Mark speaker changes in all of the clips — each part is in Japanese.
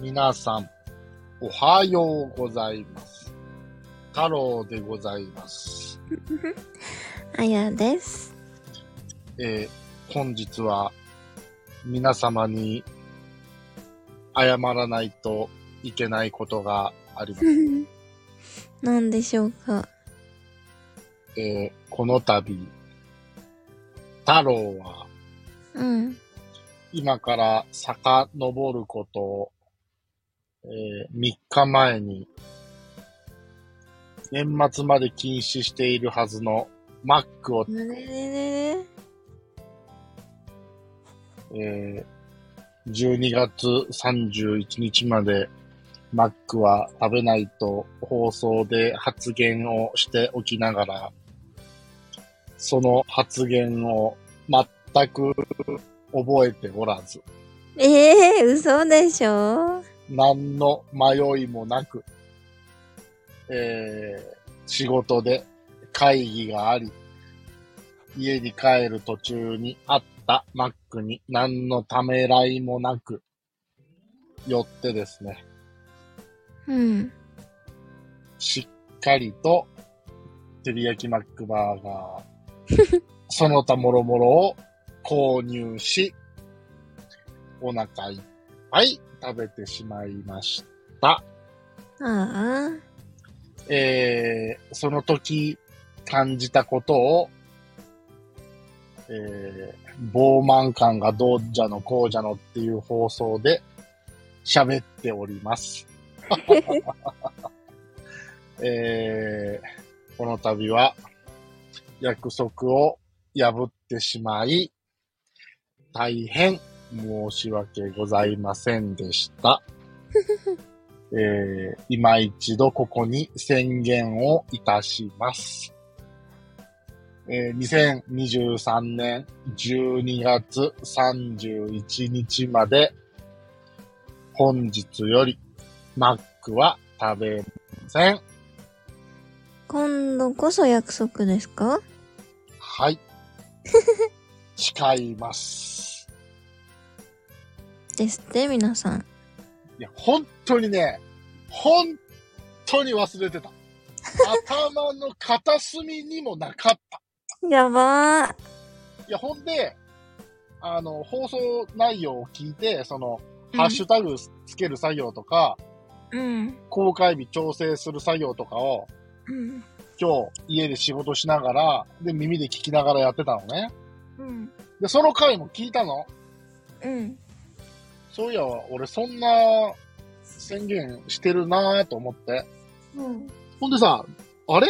Speaker 1: 皆さん、おはようございます。太郎でございます。
Speaker 2: あやです。
Speaker 1: えー本日は皆様に謝らないといけないことがあります。
Speaker 2: なんでしょうか。
Speaker 1: えーこの度、太郎は
Speaker 2: うん。
Speaker 1: 今から遡ることを、えー3日前に、年末まで禁止しているはずのマックを、
Speaker 2: あれれれれ
Speaker 1: えー12月31日までマックは食べないと放送で発言をしておきながら、その発言を全く覚えておらず、
Speaker 2: ええ嘘でしょ
Speaker 1: 何の迷いもなく、えー仕事で会議があり、家に帰る途中にあったマックに何のためらいもなく、寄ってですね、
Speaker 2: うん。
Speaker 1: しっかりと、照り焼きマックバーガー、その他もろもろを購入し、お腹いっぱい食べてしまいました。
Speaker 2: ああ。
Speaker 1: えーその時感じたことを、えー、傲慢感がどうじゃのこうじゃのっていう放送で喋っております。 えーこの度は約束を破ってしまい、大変申し訳ございませんでした。えー、今一度ここに宣言をいたします。えー、2023年12月31日まで、本日よりマックは食べません。
Speaker 2: 今度こそ約束ですか
Speaker 1: はい。誓います。
Speaker 2: ですって、皆さん。
Speaker 1: いや、本当にね、本当に忘れてた。頭の片隅にもなかった。
Speaker 2: やば
Speaker 1: いや、ほんで、あの、放送内容を聞いて、その、
Speaker 2: ー。
Speaker 1: ハッシュタグつける作業とか、
Speaker 2: うん。
Speaker 1: 公開日調整する作業とかを、
Speaker 2: うん。
Speaker 1: 今日、家で仕事しながら、で、耳で聞きながらやってたのね。
Speaker 2: うん。
Speaker 1: で、その回も聞いたの。
Speaker 2: うん。
Speaker 1: そういや、俺そんな宣言してるなぁと思って。
Speaker 2: うん。
Speaker 1: ほんでさ、あれ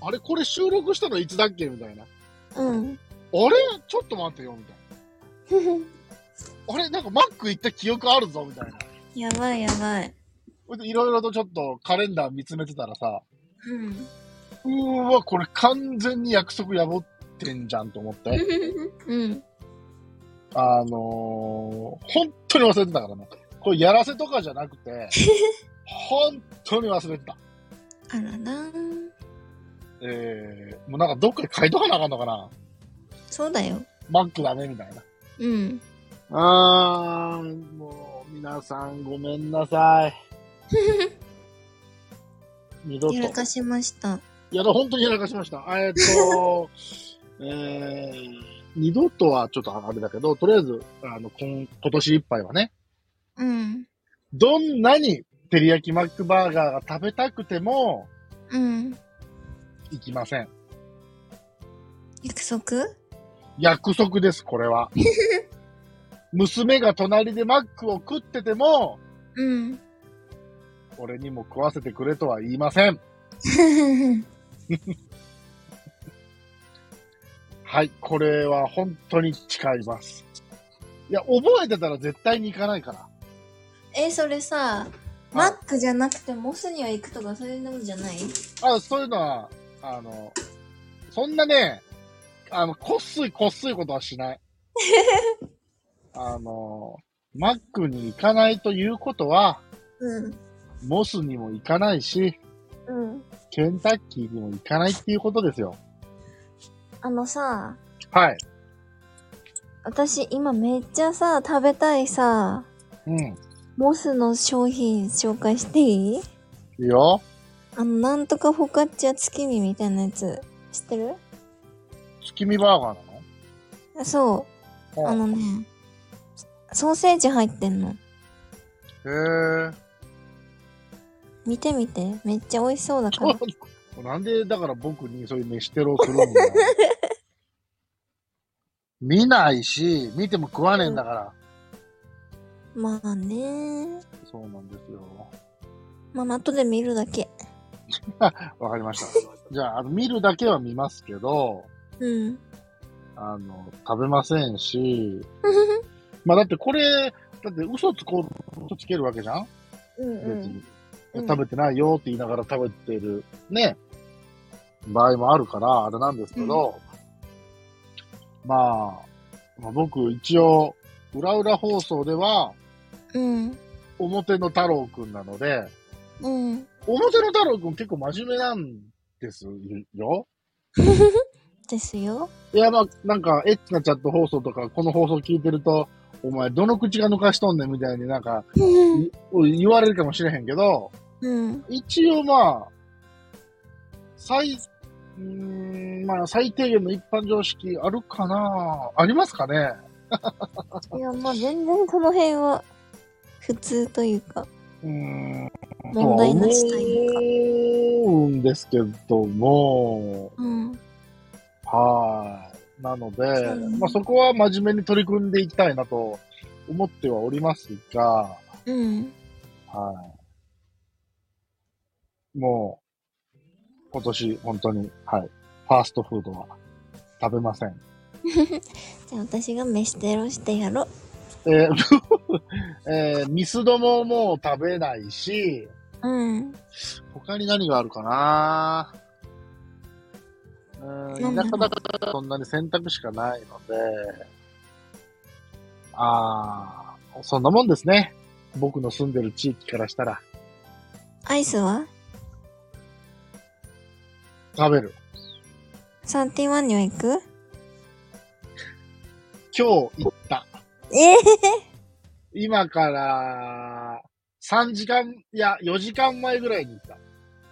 Speaker 1: あれこれ収録したのいつだっけみたいな。あ
Speaker 2: うん。
Speaker 1: れちょっと待ってよ、みたいな。あれなんかマック行った記憶あるぞ、みたいな。
Speaker 2: やばいやばい。
Speaker 1: ほいでいろいろとちょっとカレンダー見つめてたらさ、
Speaker 2: うん。
Speaker 1: うーわ、これ完全に約束破ってんじゃんと思って、
Speaker 2: うん。
Speaker 1: あのー、本当に忘れてたからね。これやらせとかじゃなくて、 本当に忘れてた。
Speaker 2: あららー。
Speaker 1: えー、もうなんかどっかで書いとかなあかんのかな
Speaker 2: そうだよ。
Speaker 1: マックだね、みたいな。
Speaker 2: うん。
Speaker 1: あー、もう皆さんごめんなさい。二度と。
Speaker 2: やらかしました。
Speaker 1: いや、本当にやらかしました。えーっと、 えー、二度とはちょっとあれだけど、とりあえず、あの、今今年いっぱいはね、
Speaker 2: うん。
Speaker 1: どんなに照り焼きマックバーガーが食べたくても、
Speaker 2: うん。
Speaker 1: 行きません。
Speaker 2: 約束
Speaker 1: 約束です、これ は。娘が隣でマックを食ってても、
Speaker 2: うん。
Speaker 1: 俺にも食わせてくれとは言いません。はい、これは本当に誓います。いや、覚えてたら絶対に行かないから。
Speaker 2: え、それさ、マックじゃなくてモスには行くとかそういうのじゃない
Speaker 1: あ、そういうのは、あの、そんなね、あの、こっすいこっすいことはし ない。あの、マックに行かないということは、
Speaker 2: うん。
Speaker 1: モスにも行かないし、
Speaker 2: うん。
Speaker 1: ケンタッキーにも行かないっていうことですよ。
Speaker 2: あのさ、
Speaker 1: はい。
Speaker 2: 私今めっちゃさ、食べたいさ、
Speaker 1: うん。
Speaker 2: モスの商品紹介していい
Speaker 1: いいよ。
Speaker 2: あの、なんとかフォカッチャ月見みたいなやつ、知ってる
Speaker 1: 月見バーガーなの
Speaker 2: あそう。あのね、ソーセージ入ってんの。
Speaker 1: へえ。
Speaker 2: 見てみて。めっちゃ美味しそうだから。
Speaker 1: そうなんで、だから僕にそういう飯テロをするんだよ。 見ないし、見ても食わねえんだから。
Speaker 2: まあね。
Speaker 1: そうなんですよ。
Speaker 2: まあ、後で見るだけ。
Speaker 1: わかりました。じゃあ、あの見るだけは見ますけど、
Speaker 2: うん。
Speaker 1: あの、食べませんし、まあだってこれ、だって嘘つこうとつけるわけじゃん
Speaker 2: うん
Speaker 1: 別
Speaker 2: う
Speaker 1: に。
Speaker 2: うん
Speaker 1: 食べてないよって言いながら食べてる、ね、場合もあるから、あれなんですけど、まあ、まあ僕一応、裏裏放送では、
Speaker 2: ん。
Speaker 1: 表の太郎くんなので、
Speaker 2: うん。うん。
Speaker 1: 表の太郎くん結構真面目なんですよ。
Speaker 2: ですよ。
Speaker 1: いや、まあ、なんか、エッチなチャット放送とか、この放送聞いてると、お前、どの口が抜かしとんねんみたいになんか、
Speaker 2: うん。
Speaker 1: い言われるかもしれへんけど、
Speaker 2: うん。
Speaker 1: 一応まあ、最、うーん、まあ、最低限の一般常識あるかなありますかね
Speaker 2: いや、まあ、全然その辺は、普通というか、
Speaker 1: うーん、
Speaker 2: 問題なしというか。
Speaker 1: う思うんですけども、
Speaker 2: うん。
Speaker 1: はい。なので、
Speaker 2: そうね
Speaker 1: まあ、そこは真面目に取り組んでいきたいなと思ってはおりますが、
Speaker 2: うん。
Speaker 1: はい。もう、今年、本当に、はい。ファーストフードは食べません。
Speaker 2: じゃあ、私が飯テロしてやろう。
Speaker 1: えー えーミスドももう食べないし、
Speaker 2: うん。
Speaker 1: 他に何があるかなうーん、田
Speaker 2: なん
Speaker 1: 舎
Speaker 2: だ
Speaker 1: だ
Speaker 2: ろう
Speaker 1: からそんなに選択しかないので、ああ、そんなもんですね。僕の住んでる地域からしたら、
Speaker 2: アイスは
Speaker 1: 食べる。
Speaker 2: サーティワンには行く
Speaker 1: 今日行った。
Speaker 2: ええ
Speaker 1: 今から、3時間、いや、4時間前ぐらいに行っ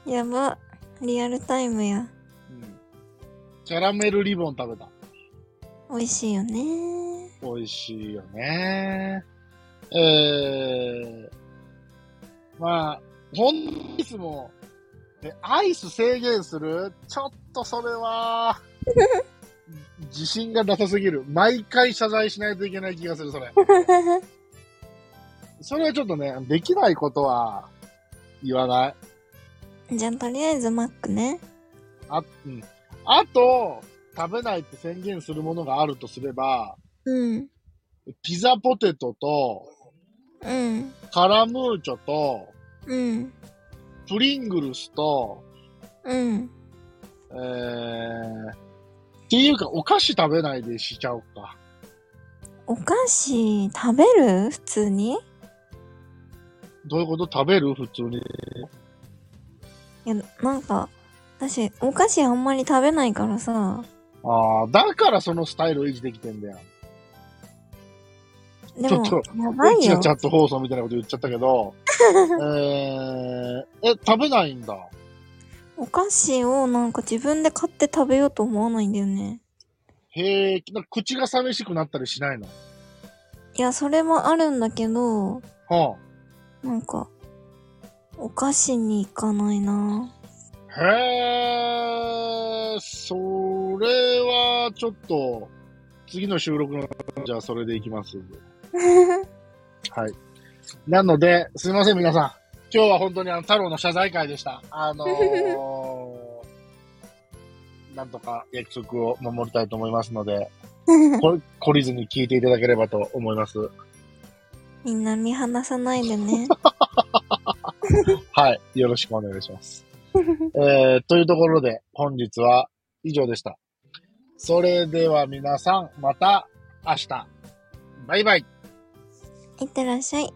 Speaker 1: た。
Speaker 2: やば。リアルタイムや。
Speaker 1: うん。キャラメルリボン食べた。
Speaker 2: 美味しいよね。
Speaker 1: 美味しいよね。えー、まあ、ほんいつも、え、アイス制限するちょっとそれは、自信がなさすぎる。毎回謝罪しないといけない気がする、それ。それはちょっとね、できないことは言わない。
Speaker 2: じゃあ、とりあえずマックね。
Speaker 1: あ、うん。あと、食べないって宣言するものがあるとすれば、
Speaker 2: うん。
Speaker 1: ピザポテトと、
Speaker 2: うん。
Speaker 1: カラムーチョと、
Speaker 2: うん。
Speaker 1: プリングルスと、
Speaker 2: うん。
Speaker 1: えー、っていうか、お菓子食べないでしちゃおうか。
Speaker 2: お菓子食べる普通に
Speaker 1: どういうこと食べる普通に。
Speaker 2: いや、なんか、私、お菓子あんまり食べないからさ。
Speaker 1: ああ、だからそのスタイルを維持できてんだよ。
Speaker 2: で
Speaker 1: ちょ
Speaker 2: も
Speaker 1: っと、
Speaker 2: やば
Speaker 1: う
Speaker 2: い
Speaker 1: ちの
Speaker 2: よ
Speaker 1: チ。ャット放送みたいなこと言っちゃったけ ど、えー、え、食べないんだ。
Speaker 2: お菓子をなんか自分で買って食べようと思わないんだよね。
Speaker 1: へえ、なんか口が寂しくなったりしないの。
Speaker 2: いや、それもあるんだけど、
Speaker 1: は
Speaker 2: なんか、お菓子に行かな いな
Speaker 1: あ、へえ、それはちょっと、次の収録の、じゃあそれでいきます。はい。なので、すいません皆さん。今日は本当にあの、太郎の謝罪会でした。あの ーなんとか約束を守りたいと思いますので、こ懲りずに聞いていただければと思います。
Speaker 2: みんな見放さないでね。
Speaker 1: はい。よろしくお願いします。えー、というところで、本日は以上でした。それでは皆さん、また明日。バイバイ。
Speaker 2: いってらっしゃい。